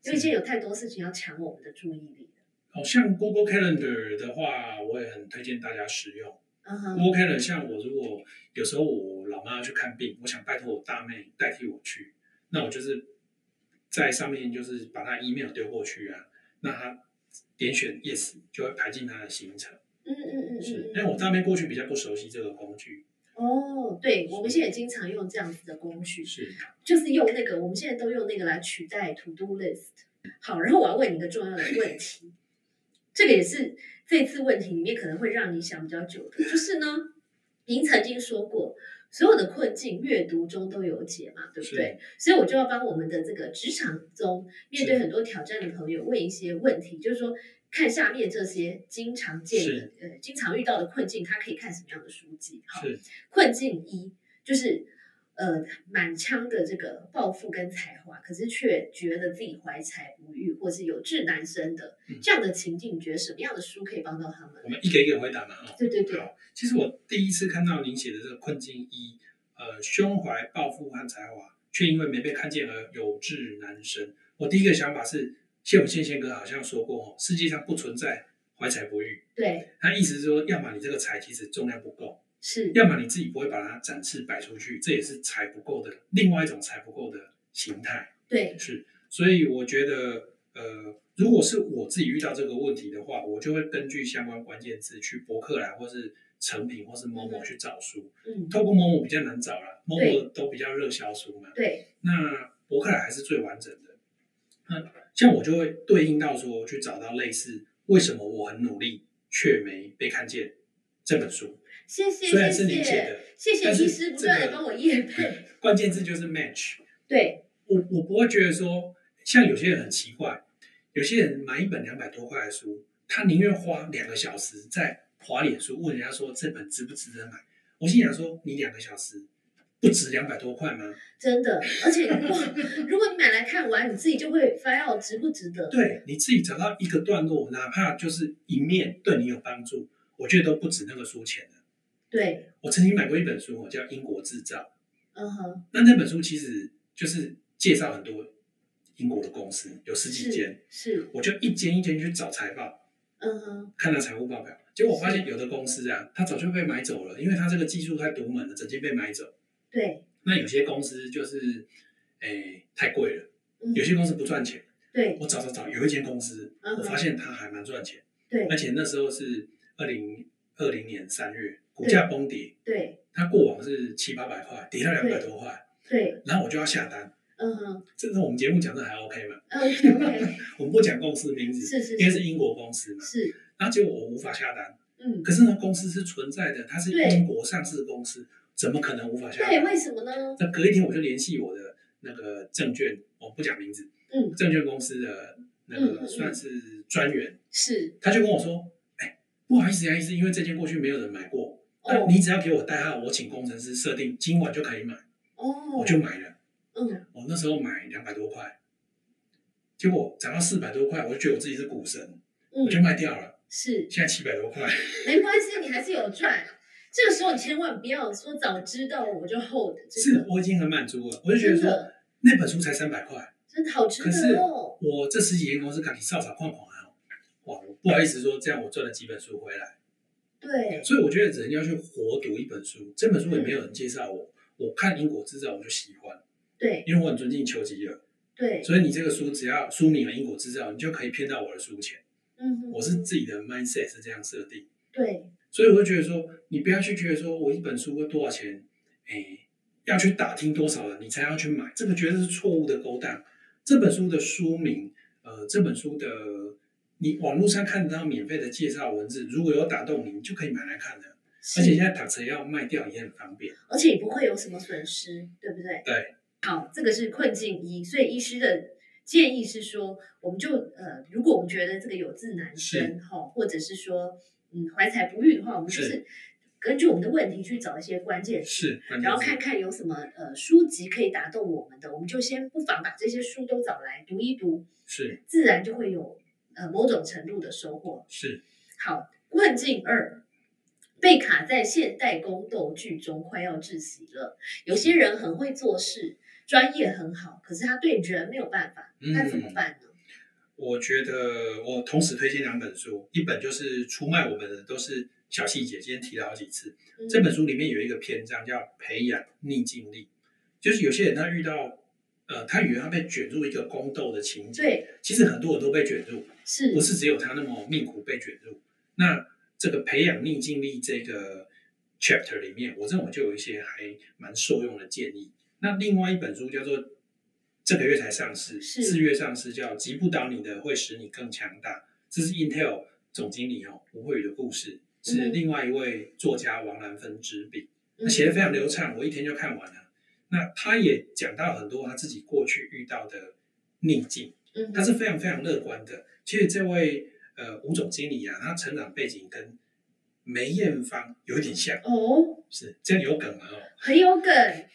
B: 因为
A: 是
B: 现在有太多事情要抢我们的注意力了。
A: 好哦像 Google Calendar 的话，我也很推荐大家使用。
B: 嗯哼，
A: Google Calendar 像我如果有时候我老妈要去看病，我想拜托我大妹代替我去，那我就是在上面就是把她 email 丢过去啊，那她点选 yes 就会排进她的行程。
B: 嗯嗯嗯
A: 是
B: 嗯，
A: 因为
B: 嗯。
A: 我大妹过去比较不熟悉这个工具，
B: 哦，对，我们现在也经常用这样子的工具，
A: 是
B: 就是用那个，我们现在都用那个来取代 To Do List。好，然后我要问你一个重要的问题，这个也是这次问题里面可能会让你想比较久的，就是呢，您曾经说过，所有的困境阅读中都有解嘛，对不
A: 是
B: 对？所以我就要帮我们的这个职场中面对
A: 是
B: 很多挑战的朋友问一些问题，就是说看下面这些经常见的
A: 是
B: 呃经常遇到的困境，他可以看什么样的书籍？好，
A: 是
B: 困境一就是呃满腔的这个抱负跟才华，可是却觉得自己怀才不遇，或是有志难伸的
A: 嗯
B: 这样的情境，你觉得什么样的书可以帮到他们
A: 我？们一个一个回答嘛哦。
B: 对对对，
A: 好，其实我第一次看到您写的这个困境一，呃，胸怀抱负和才华，却因为没被看见而有志难伸。我第一个想法是，谢永宪宪哥好像说过哦，世界上不存在怀才不遇。
B: 对
A: 他意思是说，要么你这个才其实重量不够，
B: 是，
A: 要么你自己不会把它展示摆出去，这也是才不够的另外一种才不够的形态。
B: 对
A: 是，所以我觉得，呃，如果是我自己遇到这个问题的话，我就会根据相关关键字去博客来或是成品或是某某去找书。
B: 嗯
A: 透过某某比较难找啦，某某
B: 对
A: 都比较热销书嘛。
B: 对
A: 那博客来还是最完整的。那像我就会对应到说，去找到类似为什么我很努力却没被看见这本书，
B: 谢
A: 虽
B: 谢谢
A: 然是你写
B: 谢
A: 的，
B: 谢谢
A: 但是
B: 医师不
A: 这
B: 断的
A: 个
B: 帮我夜配，
A: 关键字就是 match。
B: 对
A: 我我不会觉得说，像有些人很奇怪，有些人买一本两百多块的书，他宁愿花两个小时在划脸书，问人家说这本值不值得买。我心想说，你两个小时不值两百多块吗？
B: 真的，而且 哇，如果你买来看完，你自己就会发现哦值不值得？
A: 对，你自己找到一个段落，哪怕就是一面对你有帮助，我觉得都不值那个书钱的。
B: 对，
A: 我曾经买过一本书，哦，叫《英国制造》，
B: 嗯哼，
A: 那那本书其实就是介绍很多英国的公司，有十几间
B: 是，是，
A: 我就一间一间去找财报。
B: 嗯哼，
A: 看了财务报表，结果我发现有的公司啊，它早就被买走了，因为它这个技术太独门了，直接被买走。
B: 对，
A: 那有些公司就是，诶，太贵了，
B: 嗯
A: 有些公司不赚钱。
B: 对
A: 我找找找，有一间公司，
B: 嗯哼
A: 我发现它还蛮赚钱，
B: 对
A: 而且那时候是二零二零年三月，股价崩跌，
B: 对
A: 它过往是七八百块，跌到两百多块，
B: 对，
A: 然后我就要下单。
B: 嗯哼。
A: 这是我们节目讲的还 OK 嘛？
B: OK OK，
A: 我们不讲公司名字，
B: 是是
A: 因为
B: 是
A: 是英国公司嘛。
B: 是，
A: 然后结果我无法下单，
B: 嗯，
A: 可是呢，公司是存在的，它是
B: 对
A: 英国上市公司，怎么可能无法下
B: 对，为
A: 单？
B: 什么呢？
A: 那隔一天我就联系我的那个证券，我不讲名字，
B: 嗯，
A: 证券公司的那
B: 嗯嗯嗯
A: 个算是专员，
B: 是
A: 他就跟我说：“哎，不好意思，杨医师，因为这间过去没有人买过，那
B: 哦
A: 你只要给我代号，我请工程师设定，今晚就可以买。”
B: 哦，
A: 我就买了，
B: 嗯，
A: 我那时候买两百多块，结果涨到四百多块，我就觉得我自己是股神，我就
B: 嗯，
A: 卖掉了，
B: 是
A: 现在七百多块。
B: 没关系，你还是有赚。这个时候你千万不要说早知道我就 hold 这
A: 是
B: 个，
A: 我已经很满足了，我就觉得
B: 真
A: 说
B: 的
A: 那本书才三百块，
B: 真的好值
A: 可是
B: 得哦。
A: 我这十几年公司赶紧少少逛逛啊，哇，我不好意思说，这样我赚了几本书回来，
B: 对，
A: 所以我觉得人要去活读一本书，这本书也没有人介绍我，我看英国制造我就喜欢，
B: 对，
A: 因为我很尊敬丘吉尔，
B: 对，
A: 所以你这个书只要书名有英国制造，你就可以骗到我的书钱，
B: 嗯哼，
A: 我是自己的 mindset 是这样设定，
B: 对，
A: 所以我就觉得说，你不要去觉得说我一本书会多少钱，哎，要去打听多少人你才要去买，这个绝对是错误的勾当。这本书的书名，呃，这本书的你网络上看得到免费的介绍文字，如果有打动你，你就可以买来看的。而且现在打折要卖掉也很方便。
B: 而且也不会有什么损失，对不对？
A: 对。
B: 好，这个是困境一，所以医师的建议是说，我们就呃，如果我们觉得这个有志难伸哈，吼或者是说嗯怀才不遇的话，我们就是是根据我们的问题去找一些关键词。
A: 是，关键
B: 然后
A: 是
B: 看看有什么呃书籍可以打动我们的，我们就先不妨把这些书都找来读一读，
A: 是
B: 自然就会有呃某种程度的收获。
A: 是
B: 好，困境二，被卡在现代宫斗剧中，快要窒息了。有些人很会做事，专业很好，可是他对人没有办法，那怎么办呢？
A: 嗯我觉得我同时推荐两本书，一本就是出卖我们的都是小细节，今天提了好几次。
B: 嗯
A: 这本书里面有一个篇章叫“培养逆境力”，就是有些人他遇到，呃，他以为他被卷入一个宫斗的情节，
B: 对
A: 其实很多人都被卷入，
B: 是
A: 不是只有他那么命苦被卷入。那这个培养逆境力这个 chapter 里面，我认为就有一些还蛮受用的建议。那另外一本书叫做这个月才上市，
B: 是
A: 四月上市，叫《击不倒你的会使你更强大》，这是 Intel 总经理哦吴慧宇的故事，是
B: 嗯
A: 另外一位作家王兰芬执笔。
B: 嗯
A: 写的非常流畅，我一天就看完了。那他也讲到很多他自己过去遇到的逆境，
B: 嗯
A: 他是非常非常乐观的。其实这位呃吴总经理啊，他成长背景跟梅艳芳有一点像，
B: 哦，
A: 是这样有梗了哦。
B: 很有梗，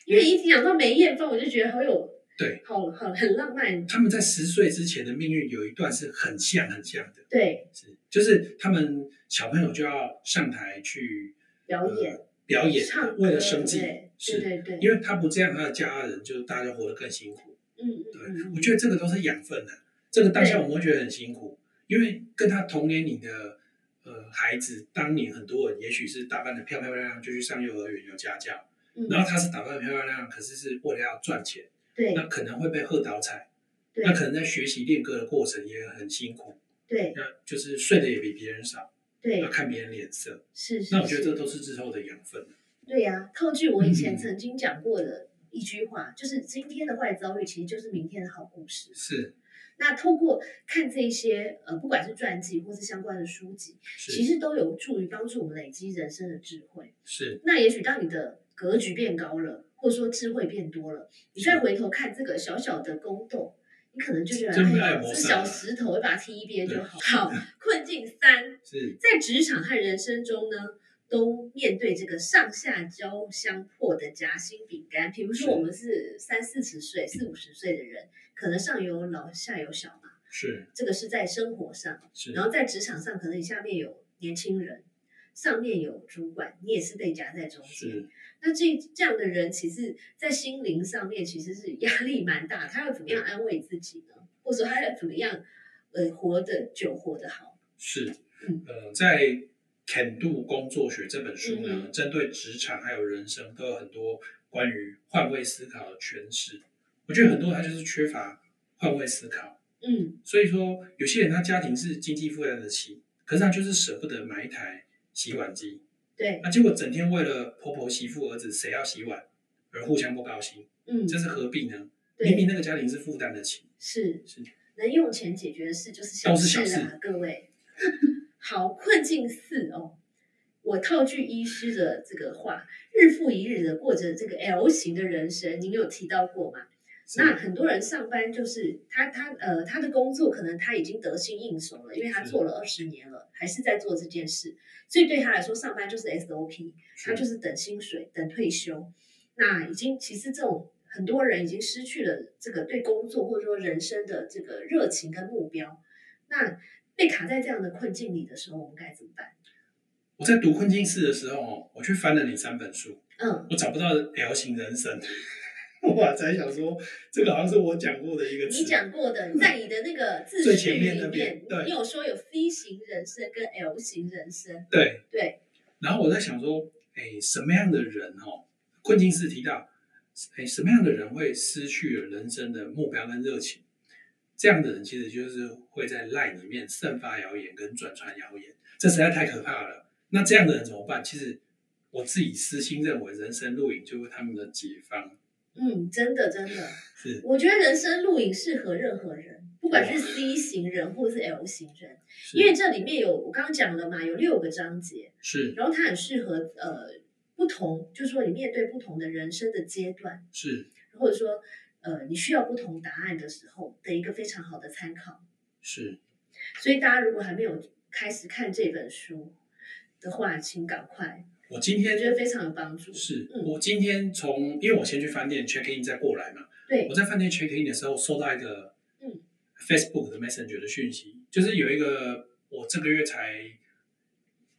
B: 因为一讲到梅艳芳，我就觉得好有
A: 对，
B: 好好很浪漫，
A: 他们在十岁之前的命运有一段是很像很像的，
B: 对，
A: 是就是他们小朋友就要上台去
B: 表演
A: 呃表演
B: 唱，歌
A: 为了生计
B: 对，
A: 是
B: 对对对，
A: 因为他不这样，他的家人就大家活得更辛苦。
B: 嗯嗯
A: 对
B: 嗯，嗯
A: 我觉得这个都是养分的、啊这个当下我们会觉得很辛苦，因为跟他同年龄的呃孩子，当年很多人也许是打扮的漂漂亮亮就去上幼儿园有家教，
B: 嗯
A: 然后他是打扮得漂漂亮亮，可是是为了要赚钱，
B: 对
A: 那可能会被喝倒彩，
B: 对
A: 那可能在学习练歌的过程也很辛苦，
B: 对
A: 那就是睡得也比别人少，
B: 对
A: 要看别人脸色。
B: 是是，
A: 那我觉得
B: 是
A: 这都是之后的养分。
B: 对呀、套句我以
A: 嗯
B: 前曾经讲过的一句话，就是今天的坏遭遇其实就是明天的好故事。
A: 是
B: 那透过看这一些呃，不管是传记或是相关的书籍，其
A: 是
B: 实都有助于帮助我们累积人生的智慧。
A: 是
B: 那也许当你的格局变高了，或者说智慧变多了，你再回头看这个小小的宫斗。你可能就觉得，
A: 真
B: 哎
A: 爱
B: 呀，
A: 磨
B: 这
A: 散
B: 小
A: 了
B: 石头，我把它踢一边就
A: 对
B: 好。好，困境三，
A: 是
B: 在职场和人生中呢，都面对这个上下交相迫的夹心饼干。比如说，
A: 是
B: 我们是三四十
A: 嗯
B: 岁、四五十岁的人，可能上有老下有小嘛，
A: 是
B: 这个是在生活上。
A: 是
B: 然后在职场上，可能你下面有年轻人，上面有主管，你也是被夹在中间。
A: 是
B: 那这这样的人，其实，在心灵上面其实是压力蛮大。他要怎么样安慰自己呢？或者说他要怎么样，呃，活得久，活得好？
A: 是
B: 嗯，
A: 呃，在《肯度工作学》这本书呢，
B: 嗯
A: 针对职场还有人生都有很多关于换位思考的诠释。我觉得很多他就是缺乏换位思考，
B: 嗯，
A: 所以说有些人他家庭是经济负担得起，可是他就是舍不得买一台洗碗机，
B: 对，
A: 那、结果整天为了婆婆、媳妇、儿子谁要洗碗而互相不高兴，
B: 嗯，
A: 这是何必呢？
B: 对。
A: 明明那个家庭是负担得起，
B: 是
A: 是
B: 能用钱解决的事就是
A: 都是
B: 事
A: 小
B: 啦，
A: 事
B: 各位。好，困境四哦，我套句医师的这个话，日复一日的过着这个 L 型的人生，您有提到过吗？
A: 是
B: 那很多人上班就是他他呃他的工作可能他已经得心应手了，因为他
A: 是
B: 做了二十年了，还是在做这件事，所以对他来说上班就是 SOP，他就是等薪水、等退休。那已经其实这种很多人已经失去了这个对工作或者说人生的这个热情跟目标。那被卡在这样的困境里的时候，我们该怎么办？
A: 我在读《困境四》的时候哦，我去翻了你三本书，
B: 嗯，
A: 我找不到 L 型人生， 我才想说，这个好像是我讲过的一个词。
B: 你讲过的，在你的那个自
A: 最
B: 序
A: 前
B: 里
A: 面那边对
B: 你有说有 C 型人生跟 L 型人生，
A: 对
B: 对。
A: 然后我在想说，哎，什么样的人哦？困境是提到，哎，什么样的人会失去了人生的目标跟热情？这样的人其实就是会在赖里面散发谣言跟转传谣言，这实在太可怕了。那这样的人怎么办？其实我自己私心认为，人生录影就是他们的解放，
B: 嗯，真的真的，
A: 是
B: 我觉得人生录影适合任何人，不管是 C 型人或是 L 型人，
A: 啊是
B: 因为这里面有我刚刚讲了嘛，有六个章节，
A: 是
B: 然后它很适合呃不同，就是说你面对不同的人生的阶段，
A: 是
B: 或者说呃你需要不同答案的时候的一个非常好的参考。
A: 是，
B: 所以大家如果还没有开始看这本书的话，请赶快，
A: 我今天
B: 我觉得非常有帮助。
A: 是
B: 嗯
A: 我今天从，因为我先去饭店 check in 再过来嘛。
B: 对
A: 我，在饭店 check in 的时候收到一个
B: 嗯
A: Facebook 的 Messenger 的讯息，就是有一个我这个月才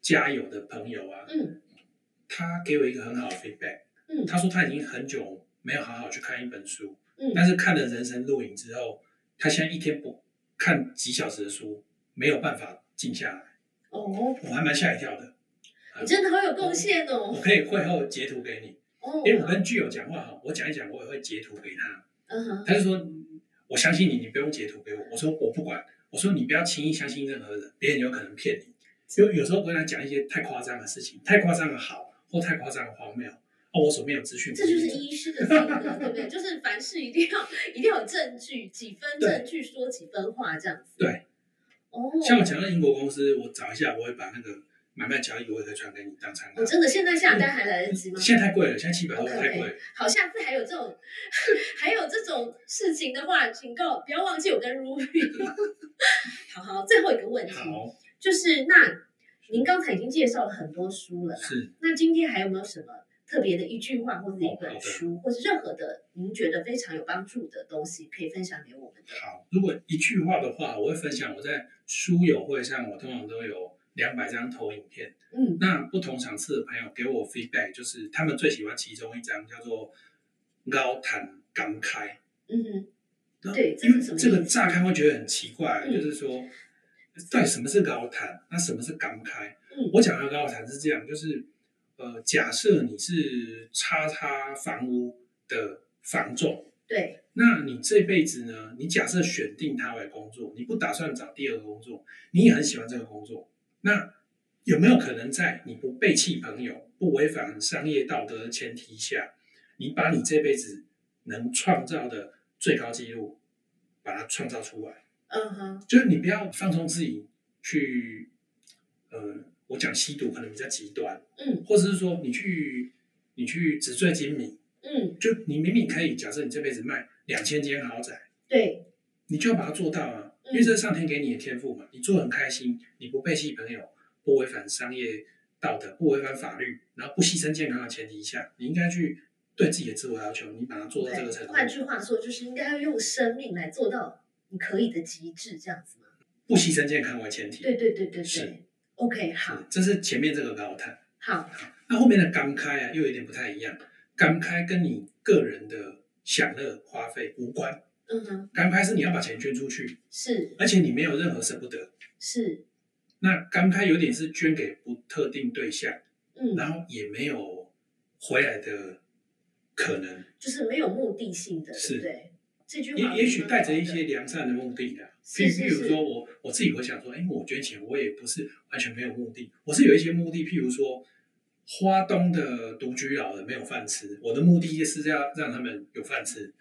A: 加油的朋友啊，
B: 嗯
A: 他给我一个很好的 feedback，
B: 嗯
A: 他说他已经很久没有好好去看一本书，但
B: 嗯，
A: 是看了人生录影之后，他现在一天不看几小时的书，没有办法静下来，
B: 哦，
A: 我还蛮吓一跳的。
B: 你真的好有贡献
A: 我
B: 哦。
A: 可以会后截图给你，
B: 哦，
A: 因为我跟巨友讲话哈，我讲一讲，我也会截图给他。
B: 嗯哼，
A: 他就说：“我相信你，你不用截图给我。”我说：“我不管。”我说：“你不要轻易相信任何人，别人有可能骗你。有有时候跟他讲一些太夸张的事情，太夸张的好或太夸张的荒谬。哦，我手边有资讯，
B: 这就是医师的性格，对不对？就是凡事一定要一定要有证据，几分
A: 对
B: 证据说几分话这样子。
A: 对。
B: 哦，
A: 像我讲到英国公司，我找一下，我会把那个买卖交易，我也可以传给你当参考
B: 我。哦真的现在下单还来得及吗？
A: 嗯
B: 哦
A: 现在太贵了，现在七百多
B: OK，OK
A: 太贵了。
B: 好，下次还有这种 还有这种事情的话，请告不要忘记我跟 Ruby。好好，最后一个问题，
A: 好，
B: 就是那您刚才已经介绍了很多书了啦，
A: 是
B: 那今天还有没有什么特别的一句话，或者一
A: 哦好
B: 本
A: 的
B: 书，或是任何的您觉得非常有帮助的东西，可以分享给我们的？
A: 好。如果一句话的话，我会分享我在书友会上，我通常都有两百张投影片。
B: 嗯
A: 那不同场次的朋友给我 feedback，就是他们最喜欢其中一张叫做“高谈感慨
B: 嗯哼，”。
A: 那
B: 对这
A: 因
B: 是
A: 为
B: 什么
A: 这
B: 意
A: 个
B: 思
A: 乍看会觉得很奇怪，
B: 嗯
A: 就是说，到底什么是高谈？那什么是感慨？
B: 嗯
A: 我讲的高谈是这样，就是呃，假设你是叉叉房屋的房仲，
B: 对，
A: 那你这辈子呢？你假设选定它为工作，你不打算找第二个工作，你也很喜欢这个工作，那有没有可能在你不背弃朋友、不违反商业道德的前提下，你把你这辈子能创造的最高纪录，把它创造出来？
B: 嗯哼，
A: 就是你不要放纵自己去，呃，我讲吸毒可能比较极端，
B: 嗯
A: 或者是说你去你去纸醉金迷，
B: 嗯，
A: 就你明明可以，假设你这辈子卖两千间豪宅，
B: 对，
A: 你就要把它做到啊，
B: 嗯
A: 因为这是上天给你的天赋嘛。你做得很开心，你不背弃朋友，不违反商业道德，不违反法律，然后不牺牲健康的前提下，你应该去对自己的自我要求，你把它做到这个程
B: OK，
A: 度，
B: 换句话说，就是应该要用生命来做到你可以的极致，这样子吗？
A: 不牺牲健康为前提。
B: 对对对对
A: 是
B: 对，OK，好
A: 嗯，这是前面这个高谈。
B: 好，
A: 那后面的感慨啊，又有一点不太一样。感慨跟你个人的享乐花费无关，
B: 嗯哼，
A: 感慨是你要把钱捐出去，
B: 是
A: 而且你没有任何舍不得。
B: 是，
A: 那感慨有点是捐给不特定对象。
B: 嗯，
A: 然后也没有回来的可能，
B: 就是没有目的性的，对
A: 是
B: 不对？这句话
A: 也
B: 我觉得
A: 也许带着一
B: 蛮好
A: 些
B: 的
A: 良善的目的啦。
B: 是
A: 譬
B: 是
A: 譬如
B: 是
A: 说我我自己会想说，哎，我捐钱我也不是完全没有目的，我是有一些目的，譬如说。花东的独居老人没有饭吃，我的目的是要让他们有饭吃，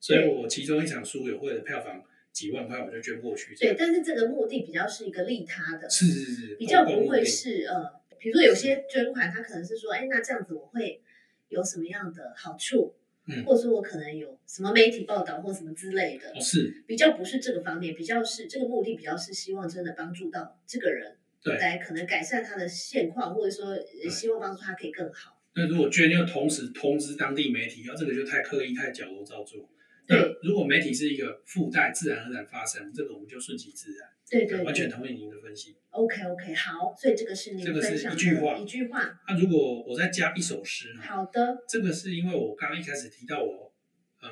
A: 所以
B: 对
A: 我其中一场书友会的票房几万块，我就捐过去。
B: 对，，但是这个目的比较是一个利他的，
A: 是哦是是，
B: 比较
A: 公共
B: 不
A: 目
B: 会
A: 的
B: 是呃，比如说有些捐款，他可能是说，哎，那这样子我会有什么样的好处，
A: 嗯
B: 或者说我可能有什么媒体报道或什么之类的
A: 哦，是
B: 比较不是这个方面，比较是这个目的比较是希望真的帮助到这个人，
A: 对
B: 来可能改善他的现况，或者说呃希望帮助他可以更好。
A: 那如果捐又同时通知当地媒体，那这个就太刻意、太矫揉造作。
B: 对
A: 那如果媒体是一个附带，自然而然发生，这个我们就顺其自然。
B: 对对对，
A: 完全同意您的分析。
B: OK OK，好，所以这个是您
A: 这个是
B: 分享的
A: 一句话嗯
B: 一句话。
A: 那、如果我再加一首诗呢？
B: 好的，
A: 这个是因为我刚刚一开始提到我呃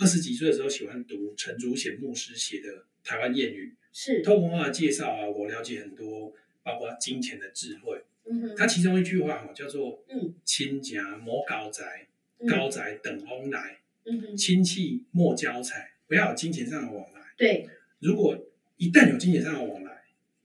A: 二十几岁的时候喜欢读陈竹贤牧师写的台湾谚语，
B: 是，
A: 透过他的介绍啊，我了解很多，包括金钱的智慧。
B: 嗯哼，
A: 他其中一句话哈叫做
B: 嗯
A: “亲家莫高宅，
B: 嗯
A: 高宅等翁来，
B: 嗯哼，
A: 亲戚莫交财”，不要有金钱上的往来。
B: 对，
A: 如果一旦有金钱上的往来，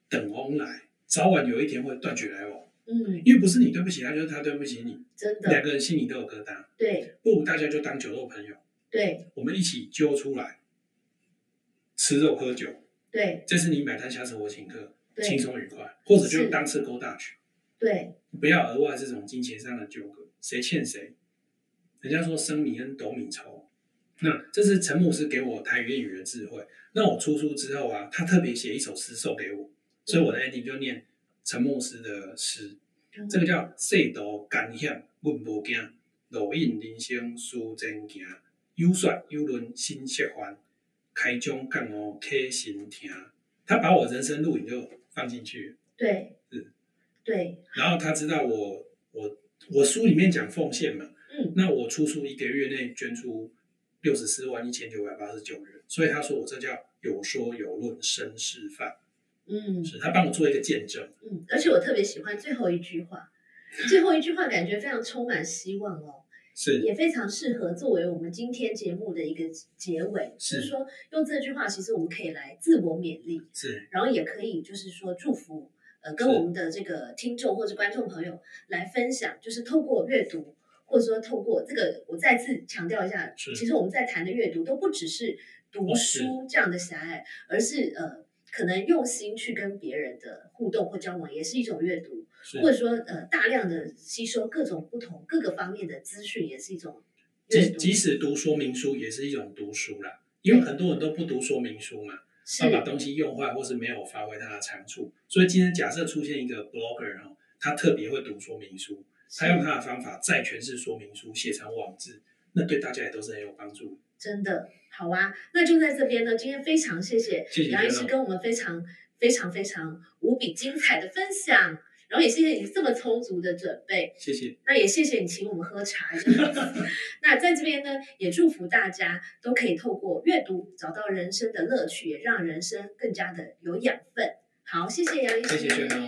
A: 等翁来，早晚有一天会断绝来往，
B: 嗯，
A: 因为不是你对不起他，就是他对不起你，
B: 真
A: 两
B: 的，
A: 个人心里都有疙瘩。
B: 对
A: 不如大家就当酒肉朋友，
B: 对
A: 我们一起揪出来吃肉喝酒，
B: 对
A: 这是你买单下次我请客，轻
B: 对
A: 松愉快，或者就是当次勾大曲，
B: 对，
A: 不要额外这种金钱上的纠葛，谁欠谁。人家说生米恩斗米仇，那这是陈牧师给我台语谚语的智慧。那我出书之后啊，他特别写一首诗送给我，所以我的 ending 就念陈牧师的诗，
B: 嗯
A: 这个叫“世途艰险阮无惊，路引人生须前行，有说有论心切欢，开疆干哦开心听”。他把我人生录影就放进去了，
B: 对
A: 是，
B: 对，
A: 然后他知道我我我书里面讲奉献嘛，
B: 嗯，
A: 那我出书一个月内捐出六十四万一千九百八十九元，所以他说我这叫有说有论生示范，
B: 嗯
A: 是他帮我做一个见证。
B: 嗯，而且我特别喜欢最后一句话，最后一句话感觉非常充满希望哦。
A: 是
B: 也非常适合作为我们今天节目的一个结尾，
A: 是
B: 就是说用这句话，其实我们可以来自我勉励，
A: 是
B: 然后也可以就是说祝福，呃，跟
A: 是
B: 我们的这个听众或者观众朋友来分享，就是透过阅读，或者说透过这个，我再次强调一下，
A: 是
B: 其实我们在谈的阅读都不只是读
A: 哦是
B: 书这样的狭隘，而是呃，可能用心去跟别人的互动或交往，也是一种阅读，
A: 是
B: 或者说呃，大量的吸收各种不同各个方面的资讯，也是一种阅
A: 即
B: 读。
A: 即使读说明书也是一种读书啦，因为
B: 对
A: 很多人都不读说明书嘛，
B: 是
A: 他把东西用坏或是没有发挥他的长处。所以今天假设出现一个 blogger 哦，他特别会读说明书，他用
B: 是
A: 他的方法再诠释说明书，写成网志，那对大家也都是很有帮助的。
B: 真的好啊！那就在这边呢，今天非常谢谢
A: 谢谢
B: 杨医
A: 娟
B: 师
A: 老
B: 跟我们非常非常非常无比精彩的分享，然后也谢谢你这么充足的准备，
A: 谢谢，
B: 那也谢谢你请我们喝茶。 那在这边呢，也祝福大家都可以透过阅读找到人生的乐趣，也让人生更加的有养分。好，谢谢杨医师。
A: 谢谢娟老